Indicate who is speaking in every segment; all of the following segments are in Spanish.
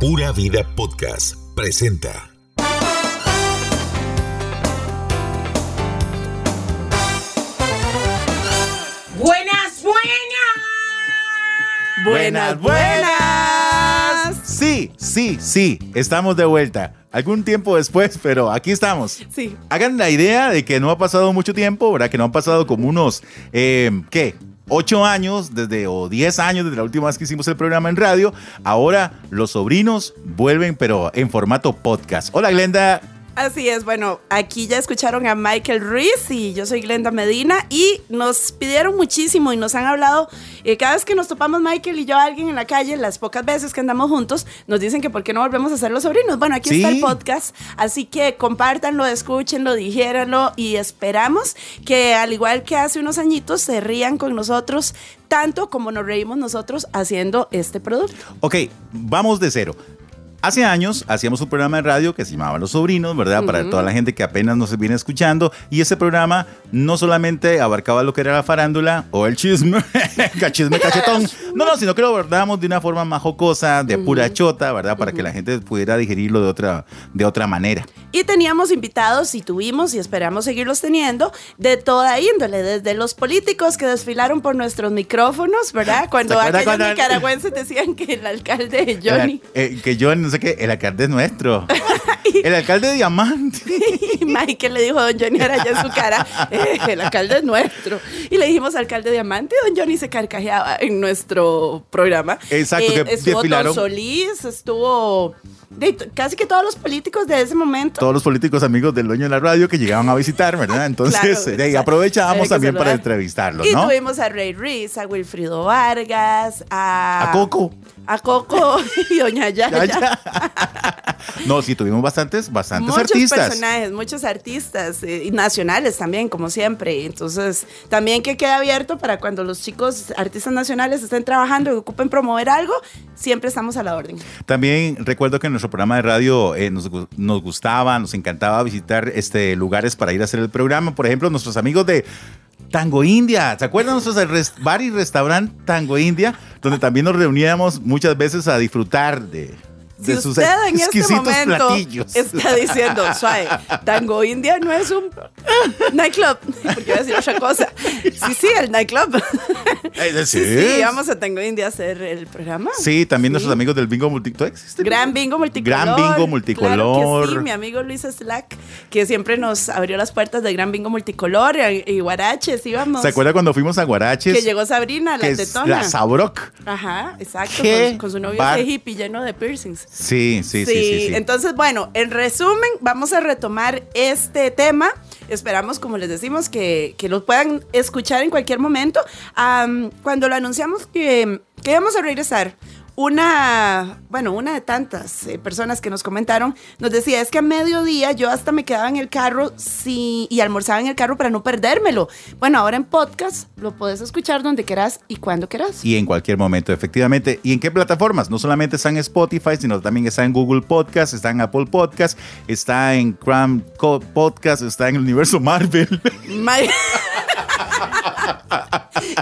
Speaker 1: Pura Vida Podcast presenta.
Speaker 2: Buenas, buenas.
Speaker 3: Buenas, buenas. Sí, sí, sí, estamos de vuelta. Algún tiempo después, pero aquí estamos.
Speaker 4: Sí.
Speaker 3: Hagan la idea de que no ha pasado mucho tiempo, ¿verdad? Que no han pasado como unos, eh, ¿qué? Ocho años desde, o diez años desde la última vez que hicimos el programa en radio. Ahora los sobrinos vuelven, pero en formato podcast. Hola, Glenda.
Speaker 4: Así es, bueno, aquí ya escucharon a Michael Ruiz y yo soy Glenda Medina y nos pidieron muchísimo y nos han hablado, eh, cada vez que nos topamos Michael y yo a alguien en la calle, las pocas veces que andamos juntos, nos dicen que por qué no volvemos a ser los sobrinos. Bueno, aquí
Speaker 3: Sí.
Speaker 4: está el podcast, así que compártanlo, escúchenlo, dijéranlo y esperamos que al igual que hace unos añitos se rían con nosotros tanto como nos reímos nosotros haciendo este producto.
Speaker 3: Ok, vamos de cero. Hace años hacíamos un programa de radio que se llamaba Los Sobrinos, ¿verdad? Para toda la gente que apenas nos viene escuchando. Y ese programa no solamente abarcaba lo que era la farándula o el chisme, cachisme cachetón. No, no, sino que lo abordábamos de una forma más jocosa, de pura chota, ¿verdad? Para que la gente pudiera digerirlo de otra, de otra manera.
Speaker 4: Y teníamos invitados y tuvimos y esperamos seguirlos teniendo de toda índole, desde los políticos que desfilaron por nuestros micrófonos, ¿verdad? Cuando
Speaker 3: acuerda
Speaker 4: aquellos
Speaker 3: cuando-
Speaker 4: nicaragüenses decían que el alcalde de Johnny,
Speaker 3: Era- eh, que Johnny, no sé qué, el alcalde es nuestro. el alcalde de Diamante.
Speaker 4: y Michael le dijo a don Johnny Araya en su cara, "Eh, el alcalde es nuestro. Y le dijimos alcalde diamante, y don Johnny se carcajeaba en nuestro programa. Eh,
Speaker 3: Exacto, que
Speaker 4: estuvo
Speaker 3: desfilaron.
Speaker 4: Don Solís, estuvo de t- casi que todos los políticos de ese momento.
Speaker 3: todos los políticos amigos del dueño de la radio que llegaban a visitar, ¿verdad? Entonces,
Speaker 4: Claro,
Speaker 3: de ahí
Speaker 4: exacto. Había
Speaker 3: aprovechábamos
Speaker 4: que
Speaker 3: también para
Speaker 4: saludar.
Speaker 3: entrevistarlos,
Speaker 4: Y
Speaker 3: ¿no?
Speaker 4: tuvimos a Ray Reese, a Wilfrido Vargas, a.
Speaker 3: A Coco.
Speaker 4: A Coco y Doña
Speaker 3: Ya,
Speaker 4: Yaya.
Speaker 3: ya. no, sí, tuvimos bastantes, bastantes
Speaker 4: Muchos
Speaker 3: artistas.
Speaker 4: personajes, muchos artistas eh, y nacionales también, como siempre. Entonces, también que quede abierto para cuando los chicos artistas nacionales estén trabajando y ocupen promover algo, siempre estamos a la orden.
Speaker 3: También recuerdo que en nuestro programa de radio eh, nos, gu- nos gustaba, nos encantaba visitar este, lugares para ir a hacer el programa. Por ejemplo, nuestros amigos de Tango India. ¿Se acuerdan nuestros res- bar y restaurante Tango India? Donde también nos reuníamos muchas veces a disfrutar de, de
Speaker 4: si
Speaker 3: sus
Speaker 4: usted en este
Speaker 3: exquisitos
Speaker 4: momento
Speaker 3: platillos.
Speaker 4: está diciendo, suave, Tango India no es un nightclub, porque iba a decir otra cosa. Sí, sí, el nightclub.
Speaker 3: Es
Speaker 4: Sí,
Speaker 3: decir,
Speaker 4: sí, vamos a Tango India a hacer el programa.
Speaker 3: Sí, también nuestros amigos del bingo ¿eh? multicolor. ¿existe?
Speaker 4: Gran bingo multicolor.
Speaker 3: Gran bingo
Speaker 4: Claro
Speaker 3: multicolor.
Speaker 4: que sí, mi amigo Luis Slack, que siempre nos abrió las puertas del Gran Bingo multicolor y, y Guaraches íbamos.
Speaker 3: ¿Se acuerda cuando fuimos a Guaraches?
Speaker 4: Que llegó Sabrina, la
Speaker 3: Que es
Speaker 4: tetona.
Speaker 3: la Sabroc.
Speaker 4: Ajá, exacto,
Speaker 3: ¿Qué
Speaker 4: con, con su novio
Speaker 3: bar?
Speaker 4: ese hippie lleno de piercings.
Speaker 3: Sí, sí, sí, sí. sí.
Speaker 4: Entonces, bueno, en resumen, vamos a retomar este tema. Esperamos, como les decimos, que, que lo puedan escuchar en cualquier momento. Am, cuando lo anunciamos que, que íbamos a regresar, una, bueno, una de tantas eh, personas que nos comentaron nos decía, es que a mediodía yo hasta me quedaba en el carro sí, y almorzaba en el carro para no perdérmelo. Bueno, ahora en podcast lo puedes escuchar donde quieras y cuando quieras.
Speaker 3: y en cualquier momento, efectivamente. ¿Y en qué plataformas? No solamente está en Spotify, sino también está en Google Podcast, está en Apple Podcast, está en Cram Co- Podcast, está en el universo Marvel.
Speaker 4: Ma-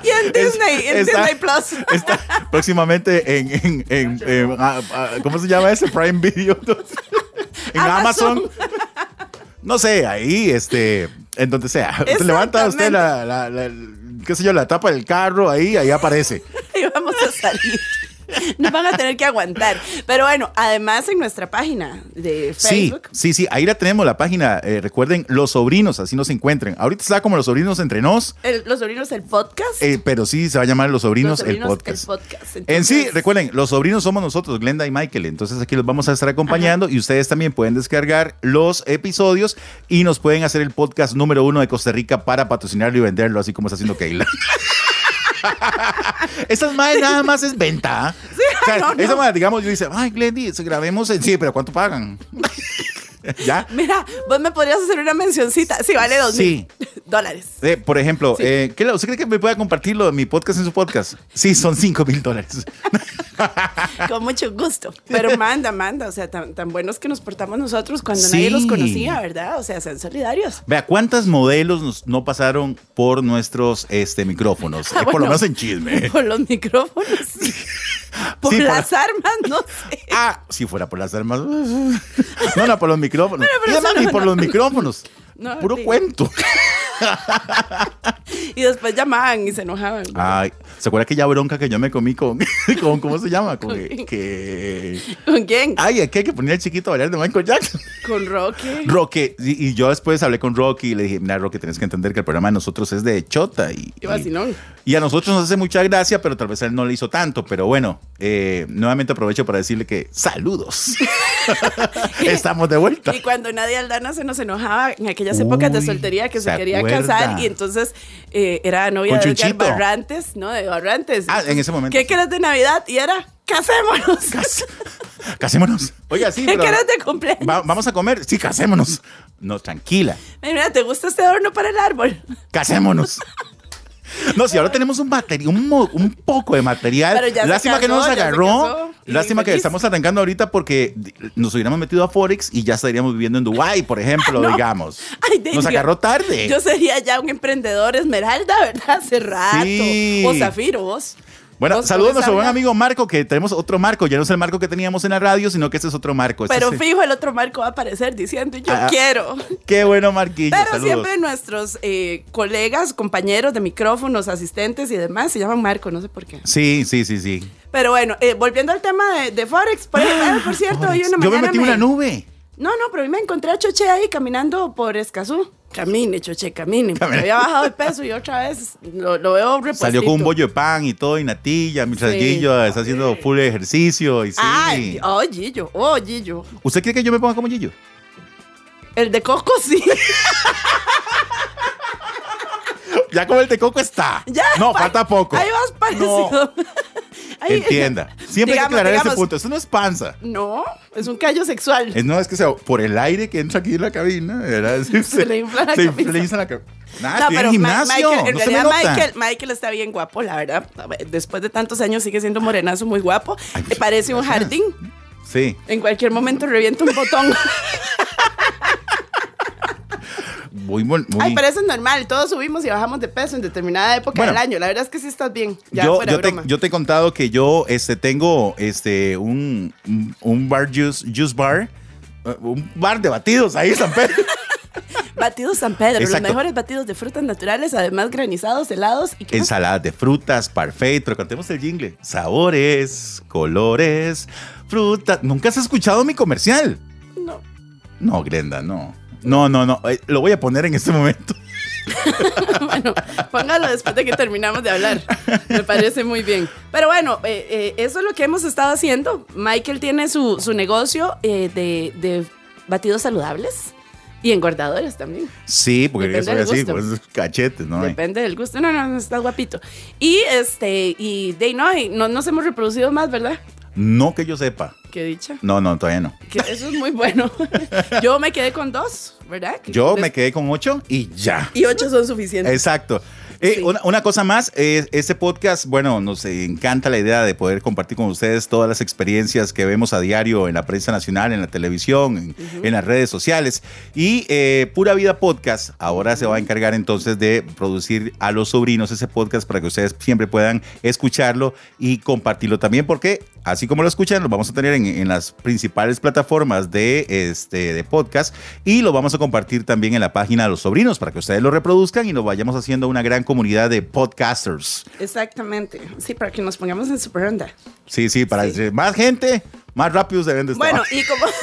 Speaker 4: y en Disney, en
Speaker 3: está-
Speaker 4: Disney Plus.
Speaker 3: Está próximamente en, en- en- en- ah, ah, ¿cómo se llama ese? Prime Video. No sé. en Amazon.
Speaker 4: Amazon.
Speaker 3: No sé, ahí, este, en donde sea. Usted levanta usted la, la- la- el- qué sé yo, la tapa del carro, ahí, ahí aparece.
Speaker 4: y vamos a salir. Nos van a tener que aguantar. Pero bueno, además en nuestra página de
Speaker 3: Sí,
Speaker 4: Facebook.
Speaker 3: sí, sí, ahí la tenemos, la página. eh, recuerden, los sobrinos, así nos encuentren. Ahorita está como los sobrinos entre nos.
Speaker 4: el- los sobrinos del podcast.
Speaker 3: eh, pero sí, se va a llamar Los Sobrinos,
Speaker 4: Los
Speaker 3: el
Speaker 4: Sobrinos, el
Speaker 3: podcast.
Speaker 4: podcast.
Speaker 3: en sí,
Speaker 4: Entonces-
Speaker 3: recuerden, los sobrinos somos nosotros, Glenda y Michael. Entonces aquí los vamos a estar acompañando y ustedes también pueden descargar los episodios y nos pueden hacer el podcast número uno de Costa Rica para patrocinarlo y venderlo, así como está haciendo Keila. Esas madres nada más es venta. O sea,
Speaker 4: no, no.
Speaker 3: Esa madre, digamos, yo dice, ay, Glendy, grabemos en sí, pero ¿cuánto pagan? ¿Ya?
Speaker 4: Mira, vos me podrías hacer una mencioncita. Sí, vale dos
Speaker 3: Sí.
Speaker 4: mil dólares.
Speaker 3: Eh, por ejemplo, eh, ¿qué- ¿usted cree que me pueda compartirlo mi podcast en su podcast? Sí, son 5 mil dólares.
Speaker 4: Con mucho gusto. Pero manda, manda. O sea, tan, tan buenos que nos portamos nosotros cuando nadie
Speaker 3: Sí.
Speaker 4: los conocía, ¿verdad? O sea, sean solidarios.
Speaker 3: Vea, ¿cuántas modelos nos- no pasaron por nuestros este, micrófonos? Eh, por lo
Speaker 4: Ah, Bueno,
Speaker 3: menos en chisme.
Speaker 4: Por los micrófonos. sí. Por
Speaker 3: Sí, por-
Speaker 4: las armas, no sé.
Speaker 3: Ah, si fuera por las armas. No, no, por los micrófonos.
Speaker 4: pero
Speaker 3: y
Speaker 4: eso
Speaker 3: además,
Speaker 4: no-
Speaker 3: ni por los micrófonos.
Speaker 4: No,
Speaker 3: Puro
Speaker 4: sí.
Speaker 3: cuento.
Speaker 4: Y después llamaban y se enojaban.
Speaker 3: Ay, ¿se acuerda aquella bronca que yo me comí con. con ¿Cómo se llama? Con. que...
Speaker 4: ¿Con quién?
Speaker 3: Ay, aquí hay que poner al chiquito a bailar de Michael Jackson.
Speaker 4: Con Roque.
Speaker 3: Roque, y, y yo después hablé con Rocky y le dije, mira, Roque, tienes que entender que el programa de nosotros es de chota. Y,
Speaker 4: Yo así, ¿no?
Speaker 3: y a nosotros nos hace mucha gracia, pero tal vez a él no le hizo tanto. Pero bueno, eh, nuevamente aprovecho para decirle que saludos. Estamos de vuelta.
Speaker 4: Y cuando Nadia Aldana se nos enojaba en aquellas épocas de
Speaker 3: Uy,
Speaker 4: soltería que se,
Speaker 3: ¿se
Speaker 4: quería
Speaker 3: acuerda?
Speaker 4: casar y entonces eh, era novia
Speaker 3: Con
Speaker 4: de Edgar
Speaker 3: Chuchito.
Speaker 4: Barrantes, ¿no? De Barrantes.
Speaker 3: Ah, en ese momento.
Speaker 4: ¿Qué quieres de Navidad? Y era, casémonos.
Speaker 3: Casémonos. Oiga, sí,
Speaker 4: ¿Qué
Speaker 3: pero-
Speaker 4: quieres de cumpleaños?
Speaker 3: Va- vamos a comer. Sí, casémonos. No, tranquila.
Speaker 4: Mira, ¿te gusta este adorno para el árbol?
Speaker 3: Casémonos. No, si ahora tenemos un material, un, mo- un poco de material.
Speaker 4: Pero ya se
Speaker 3: Lástima que no nos
Speaker 4: casó, ya se
Speaker 3: agarró.
Speaker 4: casó. Y
Speaker 3: Lástima que
Speaker 4: feliz.
Speaker 3: estamos arrancando ahorita porque nos hubiéramos metido a Forex y ya estaríamos viviendo en Dubai, por ejemplo,
Speaker 4: No.
Speaker 3: digamos.
Speaker 4: Ay, de
Speaker 3: nos
Speaker 4: Dios.
Speaker 3: agarró tarde.
Speaker 4: Yo sería ya un emprendedor esmeralda, ¿verdad? Hace rato.
Speaker 3: Sí.
Speaker 4: O zafiro, vos.
Speaker 3: Bueno,
Speaker 4: Vos
Speaker 3: saludos a
Speaker 4: podés
Speaker 3: nuestro buen
Speaker 4: hablar.
Speaker 3: amigo Marco, que tenemos otro Marco. Ya no es el Marco que teníamos en la radio, sino que este es otro Marco. Este
Speaker 4: Pero
Speaker 3: es-
Speaker 4: fijo, el otro marco va a aparecer diciendo, yo
Speaker 3: Ah,
Speaker 4: quiero.
Speaker 3: Qué bueno, Marquillo.
Speaker 4: Pero
Speaker 3: saludos.
Speaker 4: siempre nuestros eh, colegas, compañeros de micrófonos, asistentes y demás se llaman Marco, no sé por qué.
Speaker 3: Sí, sí, sí, sí.
Speaker 4: Pero bueno, eh, volviendo al tema de, de Forex, por, ah, por cierto, hoy
Speaker 3: Forex.
Speaker 4: una
Speaker 3: Yo me
Speaker 4: mañana
Speaker 3: metí en una nube.
Speaker 4: No, no, pero a mí me encontré a Choche ahí caminando por Escazú. Camine, Choche, camine. porque
Speaker 3: Camine.
Speaker 4: Había bajado de peso y otra vez lo, lo veo repostito.
Speaker 3: Salió con un bollo de pan y todo, y natilla, mi salguillo, está haciendo full ejercicio y sí.
Speaker 4: Ay, oh, Gillo, oh, Gillo.
Speaker 3: ¿Usted cree que yo me ponga como Gillo?
Speaker 4: El de Coco sí.
Speaker 3: Ya como el de coco está.
Speaker 4: Ya,
Speaker 3: no,
Speaker 4: pa-
Speaker 3: falta poco.
Speaker 4: Ahí vas parecido.
Speaker 3: No,
Speaker 4: Ahí-
Speaker 3: entienda. Siempre hay que
Speaker 4: Digamos,
Speaker 3: aclarar
Speaker 4: digamos,
Speaker 3: ese punto. Eso no es panza.
Speaker 4: No, es un callo sexual.
Speaker 3: Es, no, es que sea por el aire que entra aquí en la cabina. ¿verdad? Se,
Speaker 4: le infla la
Speaker 3: se
Speaker 4: camisa.
Speaker 3: infla la cabina. Nada, ah,
Speaker 4: No,
Speaker 3: estoy en
Speaker 4: pero Ma-
Speaker 3: gimnasio.
Speaker 4: Michael, en
Speaker 3: no se me
Speaker 4: realidad
Speaker 3: nota.
Speaker 4: Michael, Michael está bien guapo, la verdad. A ver, Después de tantos años sigue siendo morenazo, muy guapo.
Speaker 3: Ay, pues,
Speaker 4: Eh, Parece un
Speaker 3: gracias.
Speaker 4: jardín.
Speaker 3: Sí.
Speaker 4: En cualquier momento revienta un botón.
Speaker 3: Muy, muy, muy-
Speaker 4: Ay, pero eso es normal. Todos subimos y bajamos de peso en determinada época
Speaker 3: Bueno.
Speaker 4: del año. La verdad es que sí estás bien. Ya
Speaker 3: yo,
Speaker 4: fuera
Speaker 3: yo, te,
Speaker 4: broma.
Speaker 3: yo te he contado que yo este, tengo este, un, un- un bar juice, juice bar, eh, un bar de batidos ahí en San Pedro.
Speaker 4: Batidos San Pedro,
Speaker 3: Exacto.
Speaker 4: los mejores batidos de frutas naturales, además granizados, helados y qué más?
Speaker 3: Ensaladas de frutas, parfait, pero cantemos el jingle. Sabores, colores, frutas. Nunca has escuchado mi comercial.
Speaker 4: No.
Speaker 3: No, Grenda, no. No, no, no. Eh, Lo voy a poner en este momento.
Speaker 4: Bueno, póngalo después de que terminamos de hablar. Me parece muy bien. Pero bueno, eh, eh, eso es lo que hemos estado haciendo. Michael tiene su, su negocio eh, de, de batidos saludables y engordadores también.
Speaker 3: Sí, porque yo
Speaker 4: Depende
Speaker 3: soy
Speaker 4: del
Speaker 3: así,
Speaker 4: gusto.
Speaker 3: pues cachetes, ¿no?
Speaker 4: Depende del gusto. No, no, no, estás guapito. Y este, y de ahí no, y no nos hemos reproducido más, ¿verdad?
Speaker 3: No que yo sepa.
Speaker 4: Qué dicha.
Speaker 3: No, no, todavía no.
Speaker 4: Que eso es muy bueno. Yo me quedé con dos, ¿verdad? Que-
Speaker 3: Yo me quedé con ocho y ya.
Speaker 4: Y ocho son suficientes.
Speaker 3: Exacto. Eh,
Speaker 4: Sí.
Speaker 3: una, una cosa más, eh, este podcast, bueno, nos encanta la idea de poder compartir con ustedes todas las experiencias que vemos a diario en la prensa nacional, en la televisión, en, en las redes sociales. Y eh, Pura Vida Podcast ahora se va a encargar entonces de producir a los sobrinos ese podcast para que ustedes siempre puedan escucharlo y compartirlo también, porque así como lo escuchan, lo vamos a tener en, en las principales plataformas de, este, de podcast y lo vamos a compartir también en la página de los sobrinos para que ustedes lo reproduzcan y nos vayamos haciendo una gran comunidad de podcasters.
Speaker 4: Exactamente. Sí, para que nos pongamos en super onda.
Speaker 3: Sí, sí, para decir, más gente, más rápido se vende esta
Speaker 4: Bueno,
Speaker 3: vaina.
Speaker 4: y como.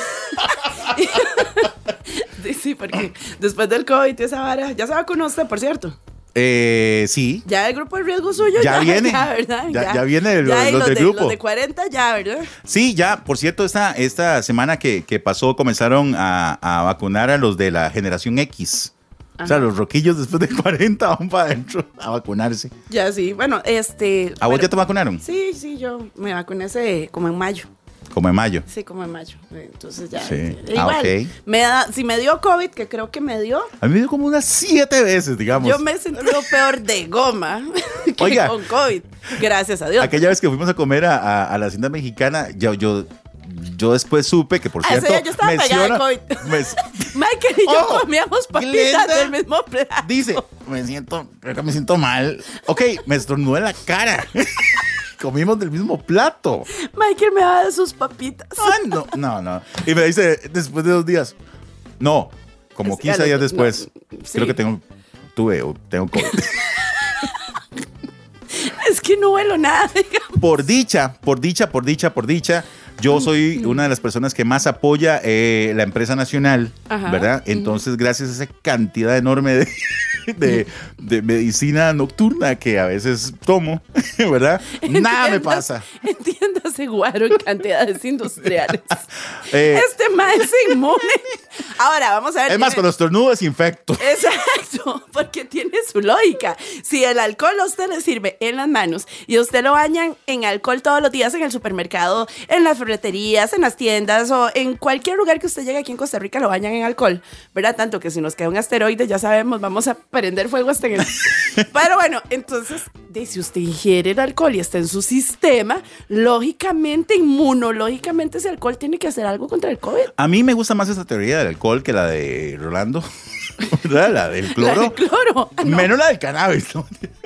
Speaker 4: Sí, sí, porque después del COVID y esa vara, ya se vacunó usted, por cierto.
Speaker 3: Eh, sí,
Speaker 4: Ya el grupo de riesgo suyo.
Speaker 3: Ya
Speaker 4: Ya,
Speaker 3: viene.
Speaker 4: Ya, ¿verdad?
Speaker 3: Ya- ya viene lo-
Speaker 4: y
Speaker 3: los del
Speaker 4: de,
Speaker 3: grupo.
Speaker 4: Los de 40, ya, ¿verdad?
Speaker 3: sí, ya, por cierto, esta, esta semana que, que pasó comenzaron a, a vacunar a los de la generación X. O sea, los roquillos después de 40 van para adentro a vacunarse.
Speaker 4: Ya sí. Bueno, este.
Speaker 3: ¿A Ah, vos
Speaker 4: bueno,
Speaker 3: ya te vacunaron?
Speaker 4: Sí, sí, yo me vacuné hace como en mayo.
Speaker 3: Como en mayo.
Speaker 4: Sí, como en mayo. Entonces ya.
Speaker 3: Sí.
Speaker 4: eh,
Speaker 3: Ah,
Speaker 4: Igual.
Speaker 3: ok.
Speaker 4: me da, si me dio COVID, que creo que me dio,
Speaker 3: A mí me dio como unas siete veces, digamos.
Speaker 4: yo me he sentido peor de goma que
Speaker 3: Oiga.
Speaker 4: con COVID. Gracias a Dios.
Speaker 3: Aquella vez que fuimos a comer a, a- a la hacienda mexicana, yo, yo, yo después supe que, por
Speaker 4: Ah,
Speaker 3: cierto,
Speaker 4: sí, yo estaba pegada de COVID. Michael y yo
Speaker 3: Ojo,
Speaker 4: comíamos papitas
Speaker 3: Glenda.
Speaker 4: del mismo plato.
Speaker 3: dice, me siento, creo que me siento mal. Ok, me estornudó en la cara. comimos del mismo plato.
Speaker 4: Michael me va de sus papitas.
Speaker 3: Ah, no, no, no. Y me dice después de dos días. No, como
Speaker 4: Es-
Speaker 3: 15 días
Speaker 4: no,
Speaker 3: después.
Speaker 4: sí.
Speaker 3: Creo que tengo, tuve o tengo COVID.
Speaker 4: Es que no huelo nada, digamos.
Speaker 3: por dicha, por dicha, por dicha, por dicha,
Speaker 4: Mm.
Speaker 3: yo soy una de las personas que más apoya eh, la empresa nacional,
Speaker 4: Ajá.
Speaker 3: ¿verdad? Entonces, gracias a esa cantidad enorme de, de- de medicina nocturna que a veces tomo, ¿verdad? Nada me
Speaker 4: Entiendas-
Speaker 3: pasa.
Speaker 4: Entiéndase, guaro, en cantidades industriales.
Speaker 3: Eh,
Speaker 4: Este mae es inmune. Ahora, vamos a ver.
Speaker 3: es más, cuando estornudo desinfecto.
Speaker 4: Exacto, porque tiene su lógica. Si el alcohol a usted le sirve en las manos y a usted lo bañan en alcohol todos los días en el supermercado, en las ferreterías, en las tiendas o en cualquier lugar que usted llegue aquí en Costa Rica lo bañan en alcohol, ¿verdad? Tanto que si nos queda un asteroide, ya sabemos, vamos a prender fuego hasta en el... Pero bueno, entonces, de, si usted ingiere el alcohol y está en su sistema, lógicamente, inmunológicamente ese alcohol tiene que hacer algo contra el COVID.
Speaker 3: A mí me gusta más esa teoría del alcohol que la de Rolando, ¿verdad? La del
Speaker 4: La
Speaker 3: cloro.
Speaker 4: del cloro. Ah, no,
Speaker 3: Menos la del cannabis. ¿no?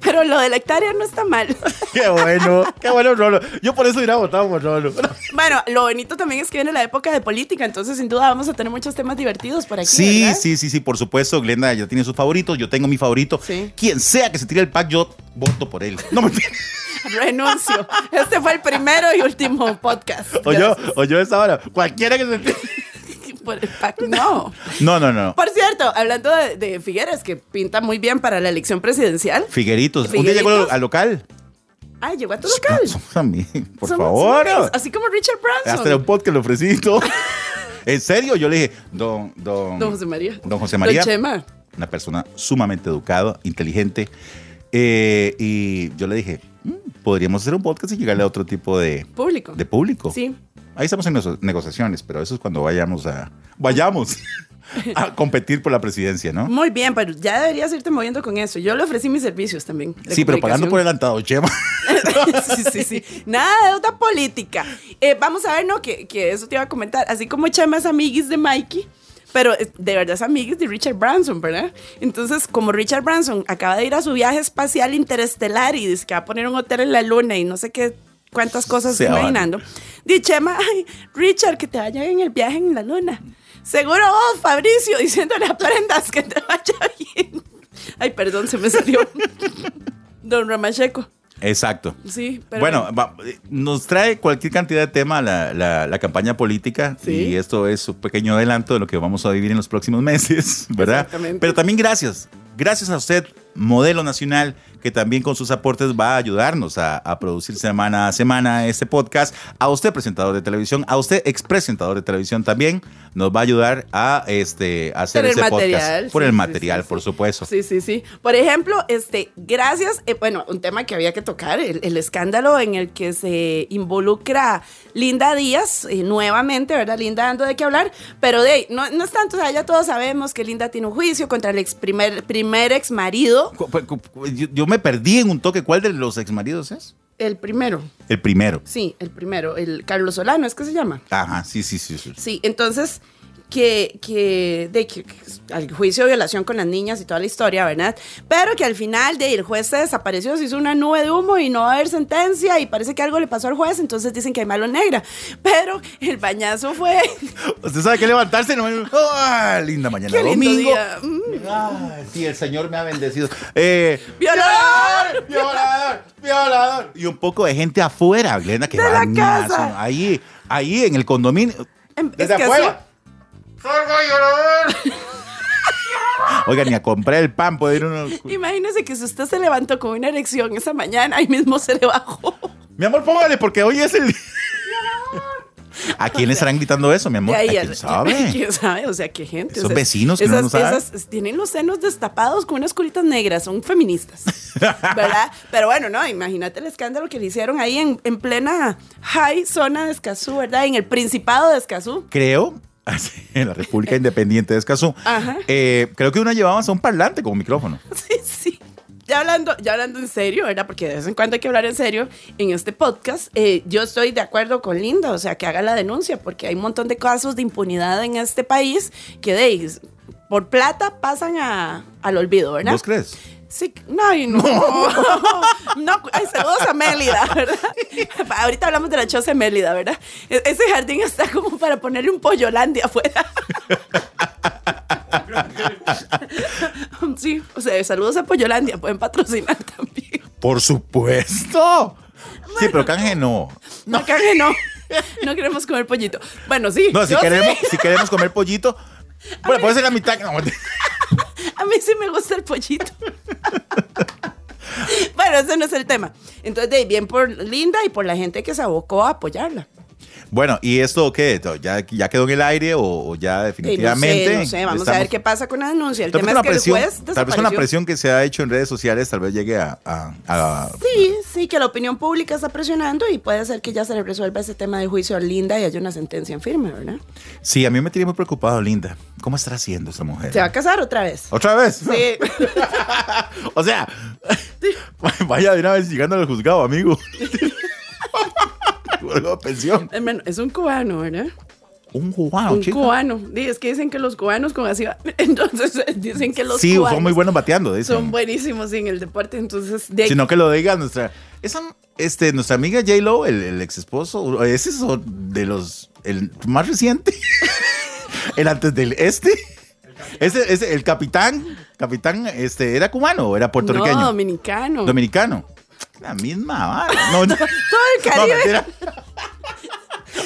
Speaker 4: Pero lo de la hectárea no está mal.
Speaker 3: Qué bueno, qué bueno Rolo. Yo por eso iré a votar por Rolo.
Speaker 4: Bueno, lo bonito también es que viene la época de política, entonces sin duda vamos a tener muchos temas divertidos por aquí.
Speaker 3: Sí,
Speaker 4: ¿verdad?
Speaker 3: sí, sí, sí, por supuesto. Glenda ya tiene sus favoritos, yo tengo mi favorito.
Speaker 4: Sí.
Speaker 3: Quien sea que se tire el pack, yo voto por él. No me
Speaker 4: Renuncio. Este fue el primero y último podcast.
Speaker 3: o yo, o yo a esa hora. Cualquiera que se tire.
Speaker 4: Gracias Por el pack, no.
Speaker 3: No, no, no.
Speaker 4: Por cierto, hablando de, de Figueres, que pinta muy bien para la elección presidencial.
Speaker 3: Figueritos. Un día llegó
Speaker 4: Figueritos.
Speaker 3: al local.
Speaker 4: Ah, llegó a tu local.
Speaker 3: Somos amigos, por
Speaker 4: Somos-
Speaker 3: favor.
Speaker 4: somos amigos, así como Richard
Speaker 3: Hasta era
Speaker 4: Branson.
Speaker 3: un podcast le ofrecí y todo. En serio, yo le dije, don, don,
Speaker 4: Don José María.
Speaker 3: Don José María.
Speaker 4: Don Chema.
Speaker 3: una persona sumamente educada, inteligente. eh, y yo le dije, "Mm, podríamos hacer un podcast y llegarle a otro tipo de,
Speaker 4: Público.
Speaker 3: de público.
Speaker 4: Sí.
Speaker 3: Ahí estamos en negocio- negociaciones, pero eso es cuando vayamos a vayamos a competir por la presidencia, ¿no?
Speaker 4: Muy bien, pero ya deberías irte moviendo con eso. Yo le ofrecí mis servicios también. de
Speaker 3: Sí, pero pagando
Speaker 4: comunicación.
Speaker 3: por adelantado, Chema.
Speaker 4: sí, sí, sí. Nada de deuda política. Eh, vamos a ver, ¿no? Que, que eso te iba a comentar. Así como Chema es amiguis de Mikey, pero eh, de verdad es amiguis de Richard Branson, ¿verdad? Entonces, como Richard Branson acaba de ir a su viaje espacial interestelar y dice que va a poner un hotel en la luna y no sé qué cuántas cosas
Speaker 3: Se
Speaker 4: estoy imaginando. Dice Chema, ay, Richard, que te vaya en el viaje en la luna. Seguro vos, Fabricio, diciéndole a prendas que te vaya bien. Ay, perdón, se me salió. Don Ramacheco.
Speaker 3: Exacto.
Speaker 4: Sí, pero
Speaker 3: bueno, va- nos trae cualquier cantidad de tema la, la- la campaña política
Speaker 4: Sí.
Speaker 3: y esto es un pequeño adelanto de lo que vamos a vivir en los próximos meses, ¿verdad?
Speaker 4: Exactamente.
Speaker 3: Pero también gracias, gracias a usted, modelo nacional, que también con sus aportes va a ayudarnos a, a producir semana a semana este podcast. A usted, presentador de televisión, a usted, expresentador de televisión también, nos va a ayudar a este, a hacer
Speaker 4: Por el
Speaker 3: este
Speaker 4: material,
Speaker 3: podcast. Por
Speaker 4: sí,
Speaker 3: el
Speaker 4: sí,
Speaker 3: material,
Speaker 4: sí, sí.
Speaker 3: por supuesto.
Speaker 4: Sí, sí, sí. Por ejemplo, este, gracias, eh, bueno, un tema que había que tocar, el, el escándalo en el que se involucra Linda Díaz, eh, nuevamente, ¿verdad? Linda dando de qué hablar, pero de ahí, no, no es tanto, o sea, ya todos sabemos que Linda tiene un juicio contra el ex primer, primer ex marido,
Speaker 3: Cu- cu- cu- Yo, yo me perdí en un toque. ¿Cuál de los exmaridos es?
Speaker 4: el primero,
Speaker 3: El primero.
Speaker 4: sí, el primero, el Carlos Solano, ¿es que se llama?
Speaker 3: Ajá, sí, sí, sí. sí.
Speaker 4: Sí, entonces que, que, de, que, que al juicio de violación con las niñas y toda la historia, ¿verdad? Pero que al final de, el juez se desapareció, se hizo una nube de humo y no va a haber sentencia y parece que algo le pasó al juez, entonces dicen que hay malo negra. Pero el bañazo fue...
Speaker 3: Usted sabe que levantarse, no ¡Ah, linda mañana.
Speaker 4: ¡Qué lindo
Speaker 3: domingo.
Speaker 4: día! Mm.
Speaker 3: Ay, sí, el Señor me ha bendecido. Eh,
Speaker 4: ¡Violador!
Speaker 3: ¡Violador! ¡Violador! Y un poco de gente afuera, Glenda, que
Speaker 4: De la
Speaker 3: bañazo,
Speaker 4: casa.
Speaker 3: Ahí, ahí en el condominio.
Speaker 4: Em,
Speaker 3: Desde
Speaker 4: es que
Speaker 3: afuera. Oiga, ni a comprar el pan puede ir uno.
Speaker 4: así- imagínese que si usted se levantó con una erección esa mañana, ahí mismo se le bajó.
Speaker 3: Mi amor, póngale, porque hoy es el. ¿A quién le estarán gritando eso, mi
Speaker 4: De
Speaker 3: amor? ¿A
Speaker 4: ahí
Speaker 3: quién
Speaker 4: al-
Speaker 3: sabe?
Speaker 4: ¿Quién sabe? O sea, qué gente.
Speaker 3: Esos
Speaker 4: o sea,
Speaker 3: vecinos que uno
Speaker 4: esas,
Speaker 3: no sabe.
Speaker 4: esas tienen los senos destapados con unas curitas negras, son feministas. ¿Verdad? Pero bueno, no, imagínate el escándalo que le hicieron ahí en, en plena high zona de Escazú, ¿verdad? En el Principado de Escazú.
Speaker 3: Creo. En la República Independiente de Escazú.
Speaker 4: Ajá.
Speaker 3: eh, creo que uno llevaba hasta un parlante con micrófono.
Speaker 4: Sí, sí. Ya hablando, ya hablando en serio, ¿verdad? Porque de vez en cuando hay que hablar en serio en este podcast. eh, yo estoy de acuerdo con Linda, o sea, que haga la denuncia, porque hay un montón de casos de impunidad en este país que de, por plata pasan a- al olvido, ¿verdad?
Speaker 3: ¿Vos crees?
Speaker 4: Sí, no, y no. No, ay, saludos a Mélida, ¿verdad? Ahorita hablamos de la choza de Mélida, ¿verdad? E- ese jardín está como para ponerle un pollolandia afuera. Sí, o sea, saludos a Pollolandia, pueden patrocinar también.
Speaker 3: Por supuesto. Sí, pero canje no.
Speaker 4: No, canje, no. No queremos comer pollito. Bueno, sí.
Speaker 3: No, si
Speaker 4: yo
Speaker 3: queremos,
Speaker 4: sí.
Speaker 3: si queremos comer pollito, bueno, puede ser la mitad. no,
Speaker 4: A mí sí me gusta el pollito. bueno, ese no es el tema. Entonces, de ahí, bien por Linda y por la gente que se abocó a apoyarla.
Speaker 3: Bueno, ¿y esto qué? ¿Ya, ya quedó en el aire o, o ya
Speaker 4: De ahí, no
Speaker 3: definitivamente?
Speaker 4: sé, no sé, vamos a ver
Speaker 3: estamos-
Speaker 4: qué pasa con la denuncia. El
Speaker 3: Tal vez,
Speaker 4: tema
Speaker 3: con la
Speaker 4: es que
Speaker 3: presión,
Speaker 4: el juez
Speaker 3: tal vez con la
Speaker 4: desapareció.
Speaker 3: presión que se ha hecho en redes sociales, tal vez llegue a... a- a-
Speaker 4: Sí, sí, que la opinión pública está presionando y puede ser que ya se le resuelva ese tema del juicio a Linda y haya una sentencia en firme, ¿verdad?
Speaker 3: Sí, a mí me tiene muy preocupado, Linda. ¿Cómo estará haciendo esa mujer?
Speaker 4: ¿Se va a casar otra vez?
Speaker 3: ¿Otra vez?
Speaker 4: Sí.
Speaker 3: O sea, vaya de una vez llegando al juzgado, amigo. Luego pensión.
Speaker 4: Hermano, es un cubano, ¿verdad?
Speaker 3: Un cubano,
Speaker 4: un
Speaker 3: chica.
Speaker 4: cubano. Di, Es que dicen que los cubanos con así va- Entonces dicen que los
Speaker 3: sí,
Speaker 4: cubanos
Speaker 3: son muy buenos bateando, dicen.
Speaker 4: son buenísimos en el deporte. Entonces, de
Speaker 3: Sino que lo diga nuestra. Esa, este, nuestra amiga J. Lo, el, ex esposo, ese es o- de los. El más reciente. el antes del este. Ese, ese, el capitán, capitán, este, ¿era cubano o era puertorriqueño?
Speaker 4: No, dominicano.
Speaker 3: Dominicano. La misma vara. No, no.
Speaker 4: todo el
Speaker 3: No,
Speaker 4: Caribe.
Speaker 3: mentira.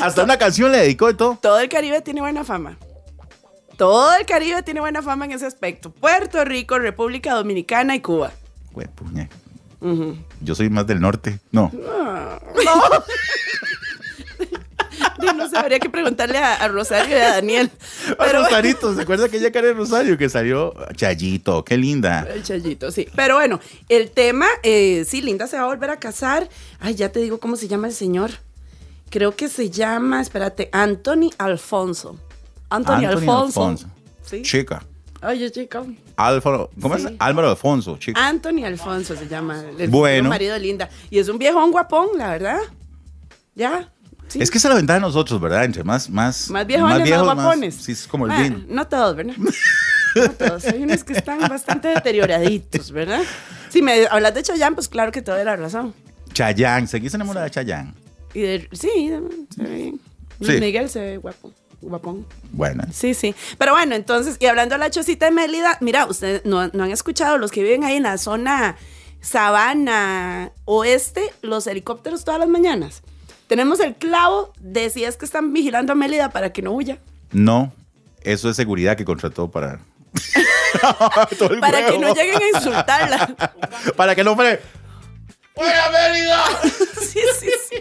Speaker 3: Hasta una canción le dedicó y todo.
Speaker 4: todo el Caribe tiene buena fama. Todo el Caribe tiene buena fama en ese aspecto. Puerto Rico, República Dominicana y Cuba.
Speaker 3: Güey, puñe. Yo soy más del norte. No.
Speaker 4: Yo no sé, habría que preguntarle a, a Rosario y a Daniel.
Speaker 3: Pero...
Speaker 4: Pero
Speaker 3: Rosarito, ¿se acuerda aquella cara de Rosario que salió? Chayito, qué linda.
Speaker 4: El chayito, sí. Pero bueno, el tema, eh, sí, Linda se va a volver a casar. Ay, ya te digo cómo se llama el señor. Creo que se llama, espérate, Anthony Alfonso. Anthony,
Speaker 3: Anthony
Speaker 4: Alfonso.
Speaker 3: Alfonso.
Speaker 4: Sí.
Speaker 3: Chica.
Speaker 4: Oye, chico.
Speaker 3: Álvaro, ¿cómo es?
Speaker 4: Sí. Ah,
Speaker 3: Álvaro Alfonso, chica.
Speaker 4: Anthony Alfonso se llama el- el
Speaker 3: Bueno.
Speaker 4: marido de Linda. Y es un viejón guapón, la verdad. Ya. sí.
Speaker 3: Es que esa es la ventaja de nosotros, ¿verdad? Entre más, más.
Speaker 4: Más viejones, más,
Speaker 3: viejos,
Speaker 4: guapones. Ah.
Speaker 3: sí, es como el
Speaker 4: Bueno,
Speaker 3: vino.
Speaker 4: No todos, ¿verdad? No todos. Hay unos que están bastante deterioraditos, ¿verdad? Si me hablas de Chayanne, pues claro que te doy la razón.
Speaker 3: Chayán, seguís enamorada de Chayán.
Speaker 4: Y de- sí, se ve bien.
Speaker 3: Sí.
Speaker 4: Luis Miguel se ve guapo. Guapón.
Speaker 3: Bueno.
Speaker 4: Sí, sí. Pero bueno, entonces, y hablando de la chocita de Mélida, mira, ustedes no, no han escuchado, los que viven ahí en la zona sabana oeste, los helicópteros todas las mañanas. Tenemos el clavo de si es que están vigilando a Mélida para que no huya.
Speaker 3: No, eso es seguridad que contrató para. Todo el
Speaker 4: Para que
Speaker 3: huevo.
Speaker 4: no lleguen a insultarla.
Speaker 3: Para que no fuera. ¡Fuera Mérida!
Speaker 4: Sí, sí, sí.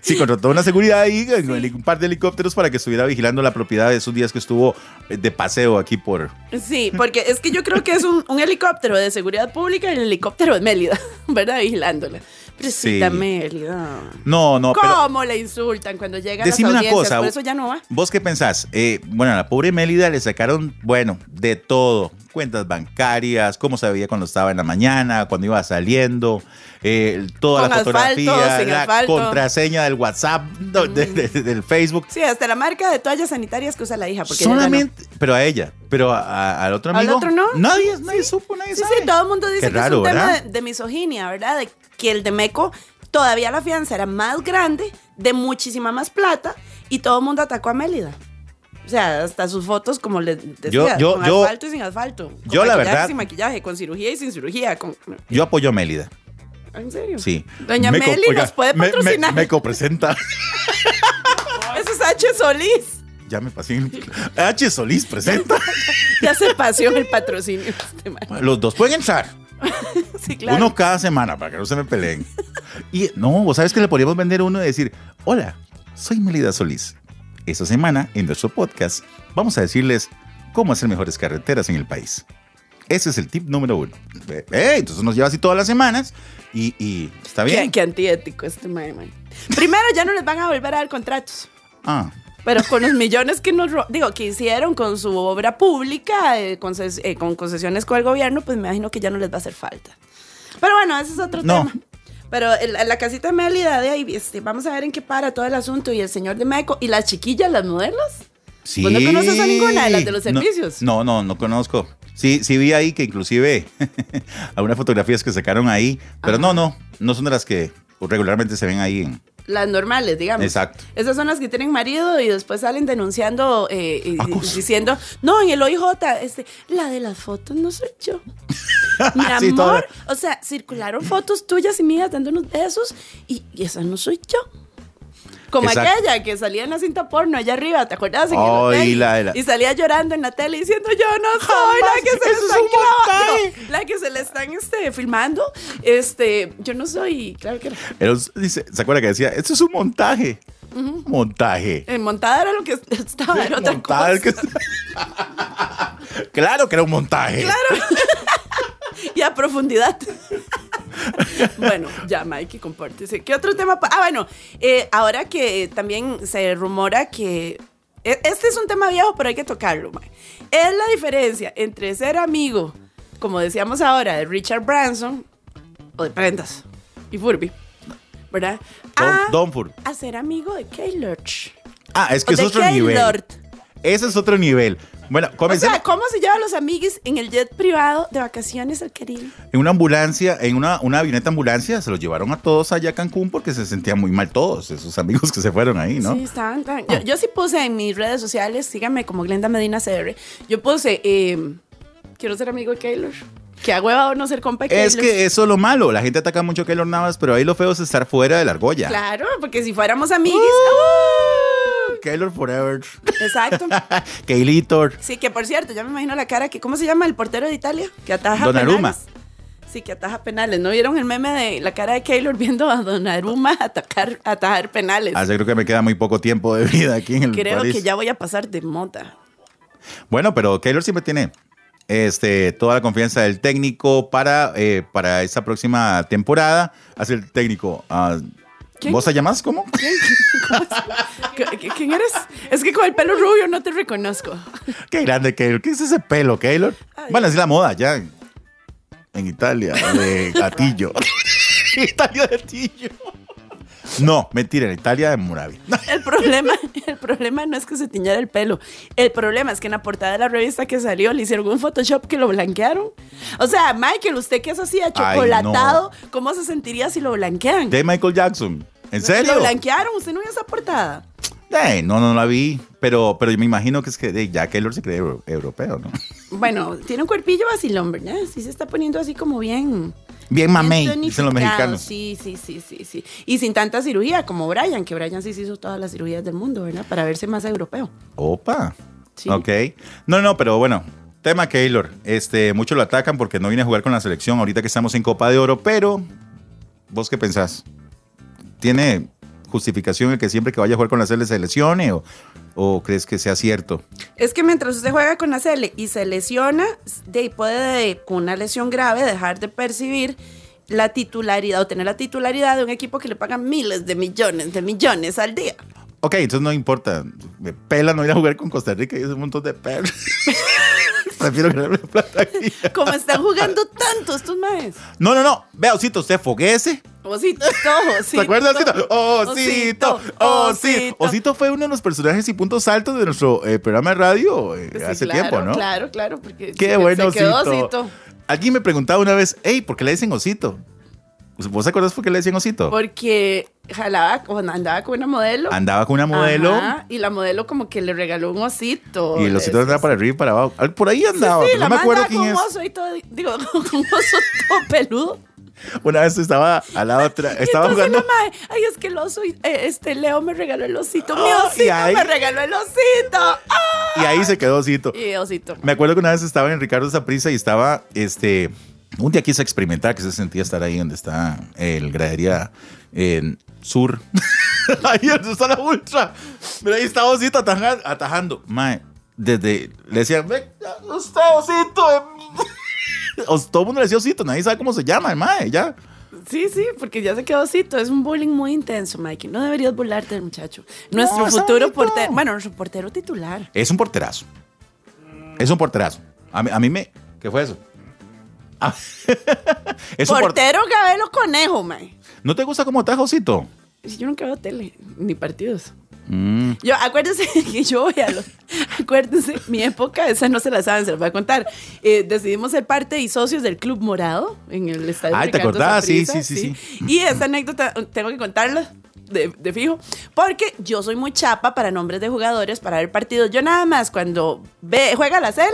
Speaker 3: Sí, contrató una seguridad ahí, heli- un par de helicópteros para que estuviera vigilando la propiedad de esos días que estuvo eh, de paseo aquí por.
Speaker 4: Sí, porque es que yo creo que es un, un helicóptero de seguridad pública y el helicóptero de Mélida, ¿verdad? Vigilándola. Presita
Speaker 3: Sí.
Speaker 4: Mélida.
Speaker 3: No, no, pero.
Speaker 4: ¿Cómo la insultan cuando llega
Speaker 3: Decime
Speaker 4: a las
Speaker 3: una
Speaker 4: audiencias?
Speaker 3: cosa.
Speaker 4: Por eso ya no va.
Speaker 3: ¿Vos qué pensás? Eh, bueno, a la pobre Mélida le sacaron, bueno, de todo. Cuentas bancarias, cómo se veía cuando estaba en la mañana, cuando iba saliendo, eh, toda
Speaker 4: Con
Speaker 3: la
Speaker 4: asfalto,
Speaker 3: fotografía,
Speaker 4: sin
Speaker 3: la
Speaker 4: asfalto. Mm.
Speaker 3: contraseña del WhatsApp, no, de- de- de- del Facebook.
Speaker 4: Sí, hasta la marca de toallas sanitarias que usa la hija. Ah, Porque ella ya no.
Speaker 3: Solamente, pero a ella, pero a- a- al otro
Speaker 4: ¿Al
Speaker 3: amigo.
Speaker 4: otro no?
Speaker 3: Nadie, nadie supo, nadie
Speaker 4: Sí,
Speaker 3: sabe.
Speaker 4: sí, todo el mundo dice
Speaker 3: Qué
Speaker 4: que
Speaker 3: raro,
Speaker 4: es un tema
Speaker 3: ¿verdad?
Speaker 4: de, de misoginia, ¿verdad? De que el de Meco todavía la fianza era más grande, de muchísima más plata, y todo el mundo atacó a Mélida. O sea, hasta sus fotos, como les decía,
Speaker 3: Yo- yo-
Speaker 4: con
Speaker 3: yo-
Speaker 4: asfalto y sin asfalto. Con
Speaker 3: yo, la
Speaker 4: maquillaje
Speaker 3: verdad-
Speaker 4: Sin maquillaje, con cirugía y sin cirugía. Con...
Speaker 3: Yo apoyo a Mélida.
Speaker 4: ¿En serio?
Speaker 3: Sí.
Speaker 4: Doña
Speaker 3: Meco-
Speaker 4: Meli
Speaker 3: oiga,
Speaker 4: nos puede
Speaker 3: me- me-
Speaker 4: patrocinar.
Speaker 3: Meco presenta.
Speaker 4: Eso es H. Solís.
Speaker 3: ya me pasé. H. Solís presenta.
Speaker 4: Ya se pasó el patrocinio. Este man.
Speaker 3: Los dos pueden entrar.
Speaker 4: Sí, claro.
Speaker 3: Uno cada semana para que no se me peleen. Y no, vos sabes que le podríamos vender uno y decir: Hola, soy Mélida Solís. Esta semana, en nuestro podcast, vamos a decirles cómo hacer mejores carreteras en el país. Ese es el tip número uno. Eh, eh, entonces nos lleva así todas las semanas y, y está
Speaker 4: Qué-
Speaker 3: bien.
Speaker 4: Qué, antiético este man, man. Primero, ya no les van a volver a dar contratos.
Speaker 3: Ah,
Speaker 4: Pero con los millones que nos ro- digo que hicieron con su obra pública, eh, conces- eh, con concesiones con el gobierno, pues me imagino que ya no les va a hacer falta. Pero bueno, ese es otro
Speaker 3: No.
Speaker 4: tema. Pero el- la casita de Melida de ahí, este, vamos a ver en qué para todo el asunto. Y el señor de Meco y las chiquillas, las modelos.
Speaker 3: sí.
Speaker 4: ¿Vos no conoces Pues a ninguna de las de los
Speaker 3: No,
Speaker 4: servicios?
Speaker 3: No, no, no, conozco. Sí, sí vi ahí que inclusive algunas fotografías que sacaron ahí, pero no, no, no son de las que regularmente se ven ahí en...
Speaker 4: Las normales, digamos.
Speaker 3: Exacto.
Speaker 4: Esas son las que tienen marido y después salen denunciando eh, y, y
Speaker 3: Acoso.
Speaker 4: diciendo, no, en el OIJ, este, la de las fotos no soy yo. Mi
Speaker 3: Sí, todo.
Speaker 4: amor, o sea, circularon fotos tuyas y mías dándonos besos y, y esa no soy yo. Como
Speaker 3: Exacto.
Speaker 4: aquella que salía en la cinta porno allá arriba, ¿te acuerdas? En el
Speaker 3: Ay,
Speaker 4: hotel,
Speaker 3: la de la-
Speaker 4: y salía llorando en la tele diciendo, yo no soy la que se
Speaker 3: eso
Speaker 4: le
Speaker 3: es
Speaker 4: están
Speaker 3: un
Speaker 4: clavando,
Speaker 3: montaje.
Speaker 4: la que se le están este, filmando, este, yo no soy, claro que no.
Speaker 3: Pero dice, ¿Se acuerda que decía, esto es un montaje? Montaje.
Speaker 4: Eh, montada era lo que estaba,
Speaker 3: Sí,
Speaker 4: era otra
Speaker 3: montaje
Speaker 4: cosa.
Speaker 3: que- claro que era un montaje.
Speaker 4: Y a profundidad. bueno, ya, Mikey, compórtese. ¿Qué otro tema? pa- Ah, bueno, eh, ahora que eh, también se rumora que. e- Este es un tema viejo, pero hay que tocarlo, Mike. Es la diferencia entre ser amigo, como decíamos ahora, de Richard Branson o de Prendas y Furby, ¿verdad?
Speaker 3: Don,
Speaker 4: a,
Speaker 3: Don Fur.
Speaker 4: a ser amigo de Keylorch.
Speaker 3: Ah, es que es
Speaker 4: de
Speaker 3: otro nivel.
Speaker 4: Keylord.
Speaker 3: Ese es otro nivel. Bueno,
Speaker 4: O
Speaker 3: comencemos
Speaker 4: sea, ¿cómo se llevan los amiguis en el jet privado de vacaciones al Caribe?
Speaker 3: en una ambulancia, en una, una avioneta ambulancia, se los llevaron a todos allá a Cancún porque se sentían muy mal todos, esos amigos que se fueron ahí, ¿no? Ah.
Speaker 4: Sí, estaban tan- Yo, yo sí puse en mis redes sociales, síganme como Glenda Medina CR. Yo puse, eh, quiero ser amigo de Keylor. Que a huevo no ser compa de
Speaker 3: Es
Speaker 4: Keylor.
Speaker 3: que eso es lo malo. La gente ataca mucho a Keylor Navas, pero ahí lo feo es estar fuera de la argolla.
Speaker 4: Claro, porque si fuéramos amiguis.
Speaker 3: Uh. Keylor Forever.
Speaker 4: ¡uh! exacto.
Speaker 3: Keylitor.
Speaker 4: Sí, que por cierto, ya me imagino la cara que. ¿Cómo se llama el portero de Italia? Que ataja
Speaker 3: Donnarumma.
Speaker 4: penales. Sí, que ataja penales. ¿No vieron el meme de la cara de Keylor viendo a Donnarumma atacar, atajar penales?
Speaker 3: Ah, yo creo que me queda muy poco tiempo de vida aquí en el
Speaker 4: Creo
Speaker 3: París.
Speaker 4: que ya voy a pasar de moda.
Speaker 3: Bueno, pero Keylor siempre tiene este, toda la confianza del técnico para, eh, para esta próxima temporada. Hace el técnico. ah,
Speaker 4: ¿Quién?
Speaker 3: ¿Vos la llamás cómo?
Speaker 4: ¿Qué- qué- ¿Quién eres? Es que con el pelo rubio no te reconozco.
Speaker 3: Qué grande Keylor. ¿Qué es ese pelo, Keylor?
Speaker 4: Ay.
Speaker 3: Bueno, es la moda ya. en- En Italia, de gatillo. Italia de gatillo. No, mentira, en Italia de Moravia.
Speaker 4: El problema, el problema no es que se tiñera el pelo. El problema es que en la portada de la revista que salió le hicieron un Photoshop que lo blanquearon. O sea, Michael, usted que es así achocolatado, ¿cómo se sentiría si lo blanquean?
Speaker 3: De Michael Jackson. ¿En serio?
Speaker 4: ¿Lo blanquearon? ¿Usted no vio esa portada?
Speaker 3: Ey, no, no la vi. Pero, pero yo me imagino que es que ey, ya Keylor se cree euro- europeo, ¿no?
Speaker 4: Bueno, tiene un cuerpillo vacilón, ¿verdad? Sí se está poniendo así como bien...
Speaker 3: Bien mamey,
Speaker 4: bien
Speaker 3: dicen los
Speaker 4: tonificado.
Speaker 3: mexicanos.
Speaker 4: Sí, sí, sí, sí, sí. Y sin tanta cirugía como Brian, que Brian sí se hizo todas las cirugías del mundo, ¿verdad? Para verse más europeo.
Speaker 3: Opa.
Speaker 4: Sí.
Speaker 3: Ok. No, no, pero bueno. Tema Keylor. Este, muchos lo atacan porque no viene a jugar con la selección ahorita que estamos en Copa de Oro, pero ¿vos qué pensás? ¿Tiene justificación el que siempre que vaya a jugar con la selección se lesione o, o crees que sea cierto?
Speaker 4: Es que mientras usted juega con la Sele y se lesiona, de ahí puede con una lesión grave dejar de percibir la titularidad o tener la titularidad de un equipo que le pagan miles de millones de millones al día.
Speaker 3: Ok, entonces no importa. Me pela no ir a jugar con Costa Rica y es un montón de perros. Prefiero ganarme la plata aquí.
Speaker 4: Como están jugando tanto estos maes.
Speaker 3: No, no, no. Vea, Osito, usted foguese.
Speaker 4: Osito, osito.
Speaker 3: ¿Te acuerdas, Osito? Osito, Osito.
Speaker 4: Osito.
Speaker 3: Osito fue uno de los personajes y puntos altos de nuestro eh, programa de radio eh,
Speaker 4: Pues Sí,
Speaker 3: hace
Speaker 4: claro,
Speaker 3: tiempo, ¿no?
Speaker 4: Claro, claro, porque
Speaker 3: Qué
Speaker 4: se-
Speaker 3: bueno,
Speaker 4: se quedó
Speaker 3: Osito.
Speaker 4: osito.
Speaker 3: Alguien me preguntaba una vez, hey, ¿por qué le dicen Osito? Pues, ¿Vos te acordás por qué le decían Osito?
Speaker 4: Porque jalaba, o andaba con una modelo.
Speaker 3: Andaba con una modelo
Speaker 4: Ajá, y la modelo como que le regaló un osito.
Speaker 3: y el osito andaba para arriba y para abajo. Ah, Por ahí andaba,
Speaker 4: sí,
Speaker 3: pero
Speaker 4: la
Speaker 3: no me acuerdo
Speaker 4: mandaba
Speaker 3: quién
Speaker 4: con
Speaker 3: es.
Speaker 4: un oso y todo, digo, con un oso todo peludo.
Speaker 3: Una vez estaba al lado atrás,
Speaker 4: Y
Speaker 3: estaba
Speaker 4: entonces
Speaker 3: jugando.
Speaker 4: la mae, ay, es que el oso, eh, este Leo me regaló el osito, mi
Speaker 3: Ah, y
Speaker 4: osito
Speaker 3: ahí-
Speaker 4: me regaló el osito. ¡Ah!
Speaker 3: Y ahí se quedó Osito.
Speaker 4: Y osito.
Speaker 3: Me acuerdo que una vez estaba en Ricardo Zaprisa y estaba, este, un día quise experimentar que se sentía estar ahí donde está el gradería en sur. ahí donde está la ultra. Mira, ahí está Osito ataja- atajando. Mae, desde, le decían, "Ve, usted Osito. Os- Todo el mundo le decía Osito, nadie sabe cómo se llama, el mae, ya.
Speaker 4: Sí, sí, porque ya se quedó osito. Es un bullying muy intenso, Mikey. No deberías burlarte del muchacho. Nuestro
Speaker 3: No, está
Speaker 4: futuro
Speaker 3: bonito.
Speaker 4: portero, bueno, nuestro portero titular.
Speaker 3: Es un porterazo. Es un porterazo. A mí, a mí me, ¿qué fue eso? Ah, es un por-
Speaker 4: portero Gabelo Conejo, mae.
Speaker 3: ¿No te gusta cómo ataja Osito?
Speaker 4: Yo nunca veo tele, ni partidos. Yo, acuérdense que yo voy a los. Acuérdense, mi época, esa no se la saben, se la voy a contar. Eh, decidimos ser parte y socios del Club Morado en el estadio.
Speaker 3: Ay, Ah, ¿te
Speaker 4: Ricardo
Speaker 3: acordás? Sí,
Speaker 4: Saprissa,
Speaker 3: sí, sí,
Speaker 4: Y esa anécdota tengo que contarla. De, de fijo, porque yo soy muy chapa para nombres de jugadores, para ver partidos. Yo nada más cuando ve, juega la L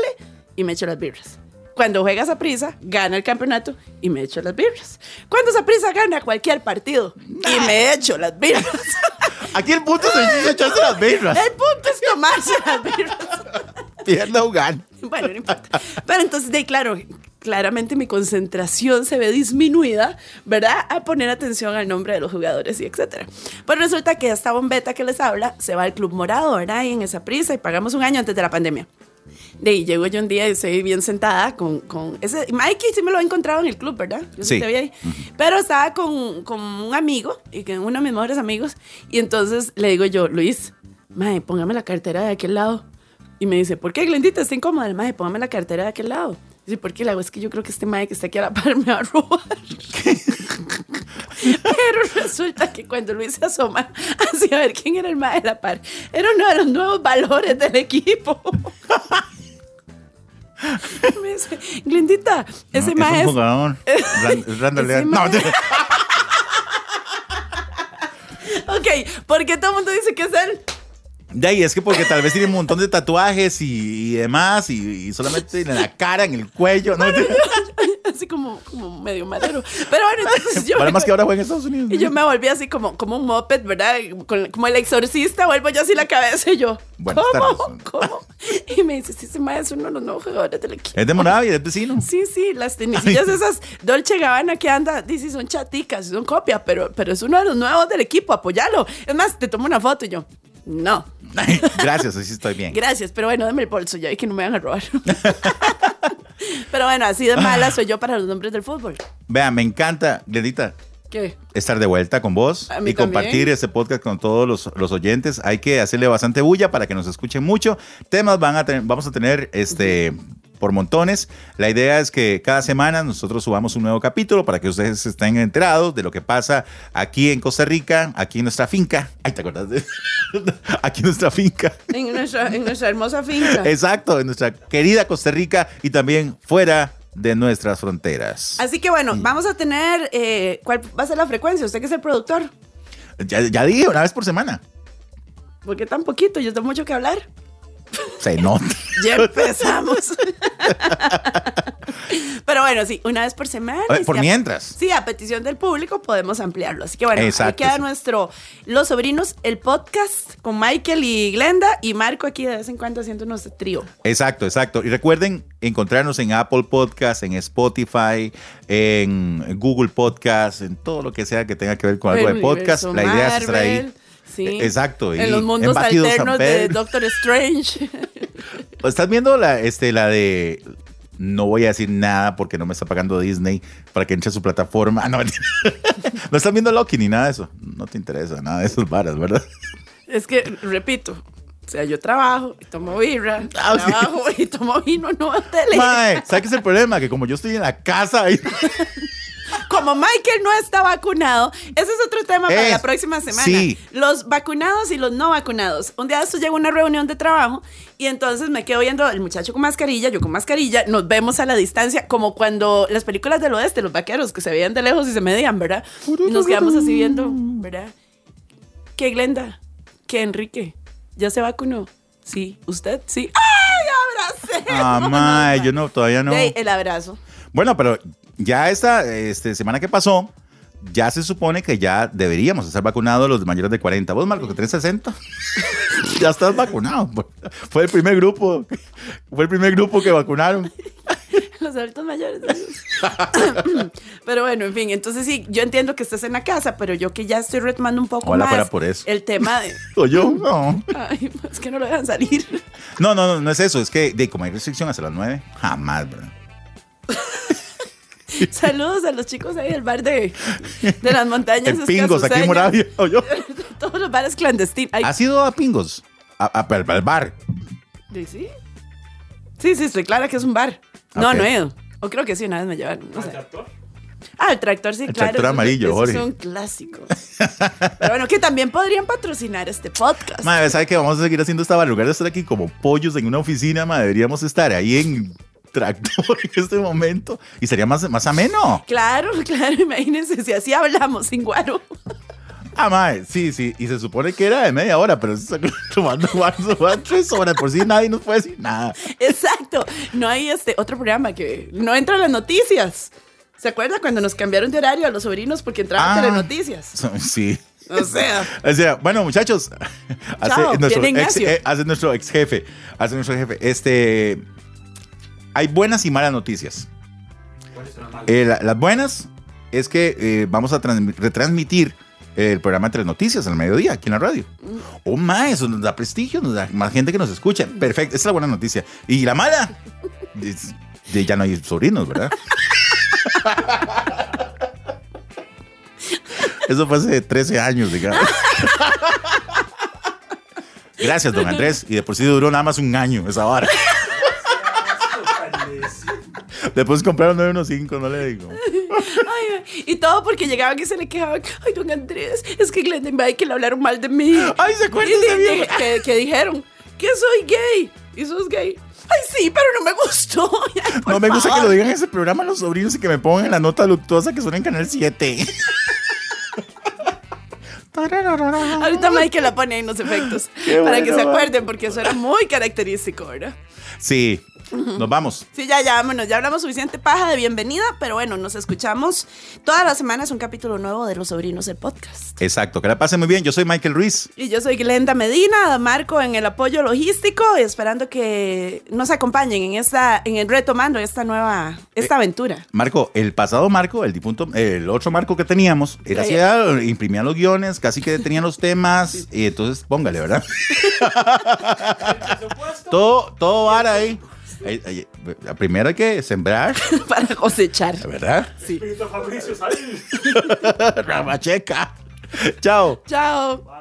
Speaker 4: y me echo las birras. Cuando juega prisa gana el campeonato y me echo las birras. Cuando prisa gana cualquier partido y me echo las birras.
Speaker 3: Aquí el punto es echarse las birras.
Speaker 4: El punto es tomarse las birras.
Speaker 3: Pierda jugar.
Speaker 4: Bueno, no importa. Pero entonces, de ahí, claro, claramente mi concentración se ve disminuida, ¿verdad? A poner atención al nombre de los jugadores y etcétera. Pues resulta que esta bombeta que les habla se va al Club Morado, ¿verdad? Y en esa prisa y pagamos un año antes de la pandemia. De ahí llego yo un día y estoy bien sentada con, con ese. Mikey sí me lo he encontrado en el club, ¿verdad? Yo sí.
Speaker 3: Sí.
Speaker 4: te vi ahí. Pero estaba con, con un amigo, y que uno de mis mejores amigos, y entonces le digo yo, Luis, mae, póngame la cartera de aquel lado. Y me dice, ¿por qué, Glendita? Está incómoda. El mae, póngame la cartera de aquel lado. Y dice, ¿por qué? Le hago, es que yo creo que este mae que está aquí a la par me va a robar. Pero resulta que cuando Luis se asoma hacia ver quién era el mae de la par, era uno de los nuevos valores del equipo. Me dice, Glendita, ese
Speaker 3: No,
Speaker 4: mae
Speaker 3: es
Speaker 4: es-
Speaker 3: un jugador. Ran- es Randall
Speaker 4: Ese
Speaker 3: Leal. No,
Speaker 4: mae- Ok, ¿por qué todo el mundo dice que es él?
Speaker 3: de ahí es que porque tal vez tiene un montón de tatuajes y, y demás, y, y solamente en la cara, en el cuello. No,
Speaker 4: Así como, como medio madero. Pero bueno, entonces yo.
Speaker 3: Para
Speaker 4: me-
Speaker 3: más que ahora juega en Estados Unidos.
Speaker 4: Y yo me volví así como, como un moped, ¿verdad? Con- como el exorcista, vuelvo yo así la cabeza y yo.
Speaker 3: Buenas
Speaker 4: ¿Cómo?
Speaker 3: tardes.
Speaker 4: ¿Cómo? Y me dice, sí, se me es uno de los nuevos jugadores del equipo.
Speaker 3: Es de Moravia, es vecino.
Speaker 4: Sí, sí, las tenisillas esas Dolce Gabbana que anda, dice, son chaticas, son copias, pero, pero es uno de los nuevos del equipo, apoyalo. Es más, te tomo una foto y yo, no,
Speaker 3: Gracias, así estoy bien.
Speaker 4: gracias, pero bueno, dame el bolso ya y que no me van a robar. pero bueno, así de mala soy yo para los nombres del fútbol.
Speaker 3: Vean, me encanta, Glendita,
Speaker 4: ¿Qué?
Speaker 3: estar de vuelta con vos
Speaker 4: A mí
Speaker 3: y compartir
Speaker 4: también.
Speaker 3: este podcast con todos los, los oyentes. Hay que hacerle bastante bulla para que nos escuchen mucho. Temas van a tener- vamos a tener este por montones. La idea es que cada semana nosotros subamos un nuevo capítulo para que ustedes estén enterados de lo que pasa aquí en Costa Rica, aquí en nuestra finca. Ay, ¿te acuerdas de Aquí en nuestra finca.
Speaker 4: En nuestra, en nuestra hermosa finca.
Speaker 3: Exacto, en nuestra querida Costa Rica y también fuera de nuestras fronteras.
Speaker 4: Así que bueno, vamos a tener. eh, ¿Cuál va a ser la frecuencia? Usted que es el productor.
Speaker 3: Ya, ya dije, una vez por semana.
Speaker 4: ¿Por qué tan poquito? Yo tengo mucho que hablar.
Speaker 3: Se nota.
Speaker 4: Ya empezamos. Pero bueno, sí, una vez por semana.
Speaker 3: A ver,
Speaker 4: y
Speaker 3: por
Speaker 4: si a-
Speaker 3: mientras.
Speaker 4: Sí, a petición del público podemos ampliarlo. Así que bueno,
Speaker 3: Exacto,
Speaker 4: aquí queda
Speaker 3: sí.
Speaker 4: nuestro Los Sobrinos, el podcast con Michael y Glenda y Marco aquí de vez en cuando haciendo nuestro trío.
Speaker 3: Exacto, exacto. Y recuerden encontrarnos en Apple Podcast, en Spotify, en Google Podcast, en todo lo que sea que tenga que ver con algo de
Speaker 4: El
Speaker 3: podcast. La
Speaker 4: universo
Speaker 3: idea es estar ahí.
Speaker 4: Marvel, Sí.
Speaker 3: E- exacto, y
Speaker 4: En los
Speaker 3: en
Speaker 4: mundos
Speaker 3: Batidos
Speaker 4: alternos de
Speaker 3: Amper.
Speaker 4: Doctor Strange.
Speaker 3: ¿Estás viendo la, este, la de... No voy a decir nada porque no me está pagando Disney para que entre a su plataforma. Ah, No, mentira. no estás viendo Loki ni nada de eso. No te interesa nada de esas varas, ¿verdad?
Speaker 4: Es que, repito, o sea, yo trabajo y tomo birra,
Speaker 3: Ah, sí.
Speaker 4: trabajo y tomo vino, no a tele.
Speaker 3: Mae, ¿sabes qué es el problema? Que como yo estoy en la casa... ahí-
Speaker 4: Como Michael no está vacunado, ese es otro tema para
Speaker 3: Es-
Speaker 4: la próxima semana.
Speaker 3: Eh, sí.
Speaker 4: Los vacunados y los no vacunados. Un día de estos llega una reunión de trabajo y entonces me quedo viendo el muchacho con mascarilla, yo con mascarilla, nos vemos a la distancia, como cuando las películas del oeste, los vaqueros que se veían de lejos y se medían, ¿verdad? Y nos quedamos así viendo, ¿verdad? Que Glenda, que Enrique, ¿ya se vacunó? Sí, ¿usted? Sí. ¡Ay, abracé!
Speaker 3: Ah, mae, yo no, todavía no...
Speaker 4: el abrazo.
Speaker 3: Bueno, pero ya esta este, semana que pasó, ya se supone que ya deberíamos estar vacunados los mayores de 40. Vos, Marco, que tenés 60. ya estás vacunado. Fue el primer grupo. Fue el primer grupo que vacunaron.
Speaker 4: Los adultos mayores. pero bueno, en fin, entonces sí, yo entiendo que estás en la casa, pero yo que ya estoy retomando un poco
Speaker 3: Ojalá
Speaker 4: más
Speaker 3: fuera por eso.
Speaker 4: el tema de...
Speaker 3: O yo, no.
Speaker 4: Ay, es que no lo dejan salir.
Speaker 3: No, no, no, no es eso. Es que, de, como hay restricción hasta las 9, jamás, ¿verdad?
Speaker 4: Saludos a los chicos ahí del bar de, de las montañas.
Speaker 3: En Pingos, aquí
Speaker 4: escasuseñas,
Speaker 3: en Moravia. O yo.
Speaker 4: de Todos los bares clandestinos. Ay,
Speaker 3: ¿Has ido a Pingos? A- a- al- al bar.
Speaker 4: ¿de ¿sí? sí, sí, estoy clara que es un bar. No,
Speaker 3: Ok.
Speaker 4: no he ido. O creo que sí, una vez me llevaron. No sé. Ah, el tractor sí,
Speaker 3: El
Speaker 4: claro.
Speaker 3: tractor
Speaker 4: eso-
Speaker 3: amarillo,
Speaker 4: eso
Speaker 3: Jorge.
Speaker 4: Es un clásico. Pero bueno, que también podrían patrocinar este podcast.
Speaker 3: Madre, ¿sabe que vamos a seguir haciendo esta vara? En lugar de estar aquí como pollos en una oficina, madre, deberíamos estar ahí en tractor en este momento y sería más, más ameno.
Speaker 4: Claro, claro, imagínense si así hablamos sin guaro.
Speaker 3: Ah, madre, sí, sí. Y se supone que era de media hora, pero se está tomando cuatro- cuatro- tres horas. Por si nadie nos puede decir nada.
Speaker 4: Exacto. No hay este otro programa que no entra en las noticias. ¿Se acuerda cuando nos cambiaron de horario a los sobrinos porque entraban
Speaker 3: Ah.
Speaker 4: telenoticias?
Speaker 3: So- Sí.
Speaker 4: O sea.
Speaker 3: O sea, bueno, muchachos, hace,
Speaker 4: Chao,
Speaker 3: nuestro
Speaker 4: viene
Speaker 3: ex,
Speaker 4: Ignacio.
Speaker 3: eh, hace nuestro ex jefe, hace nuestro jefe, este, hay buenas y malas noticias. Eh, la- las buenas es que eh, vamos a transmi- retransmitir eh, el programa Tres Noticias al mediodía aquí en la radio.
Speaker 4: Mm.
Speaker 3: Oh, ma, eso nos da prestigio, nos da más gente que nos escucha. Perfecto, esa es la buena noticia. Y la mala, es- de ya no hay sobrinos, ¿verdad? Eso fue hace 13 años, digamos. Gracias, don Andrés. Y de por sí duró nada más un año esa vara. Después compraron 915, no le digo.
Speaker 4: Ay, y todo porque llegaban y se le quejaban. Ay, don Andrés, es que Glenden que le hablaron mal de mí.
Speaker 3: Ay, ¿se acuerda
Speaker 4: Y
Speaker 3: ese
Speaker 4: di-
Speaker 3: viejo?
Speaker 4: di- que, que dijeron que soy gay. Y sos gay. Ay, sí, pero no me gustó. Ay, por
Speaker 3: No me gusta que
Speaker 4: favor.
Speaker 3: lo digan en ese programa los sobrinos y que me pongan en la nota luctuosa que suena en Canal 7.
Speaker 4: Ahorita Michael la pone en los efectos
Speaker 3: Qué
Speaker 4: para
Speaker 3: bueno,
Speaker 4: que se
Speaker 3: ma.
Speaker 4: acuerden, porque eso era muy característico, ¿verdad?
Speaker 3: Sí, nos vamos.
Speaker 4: Sí, ya, ya, vámonos. Ya hablamos suficiente paja de bienvenida, pero bueno, nos escuchamos todas las semanas un capítulo nuevo de Los Sobrinos del Podcast.
Speaker 3: Exacto, que la pasen muy bien. Yo soy Michael Ruiz.
Speaker 4: Y yo soy Glenda Medina, Marco en el apoyo logístico, y esperando que nos acompañen en esta, en el retomando esta nueva, esta aventura.
Speaker 3: Marco, el pasado Marco, el difunto, el otro Marco que teníamos, era así, ah, imprimía los guiones, casi que tenía los temas, y entonces póngale, ¿verdad? todo, todo vara ahí. Ahí- ahí, la Primero hay que sembrar,
Speaker 4: para cosechar.
Speaker 3: ¿verdad?
Speaker 4: Sí.
Speaker 3: Ramacheca. Chao.
Speaker 4: Chao.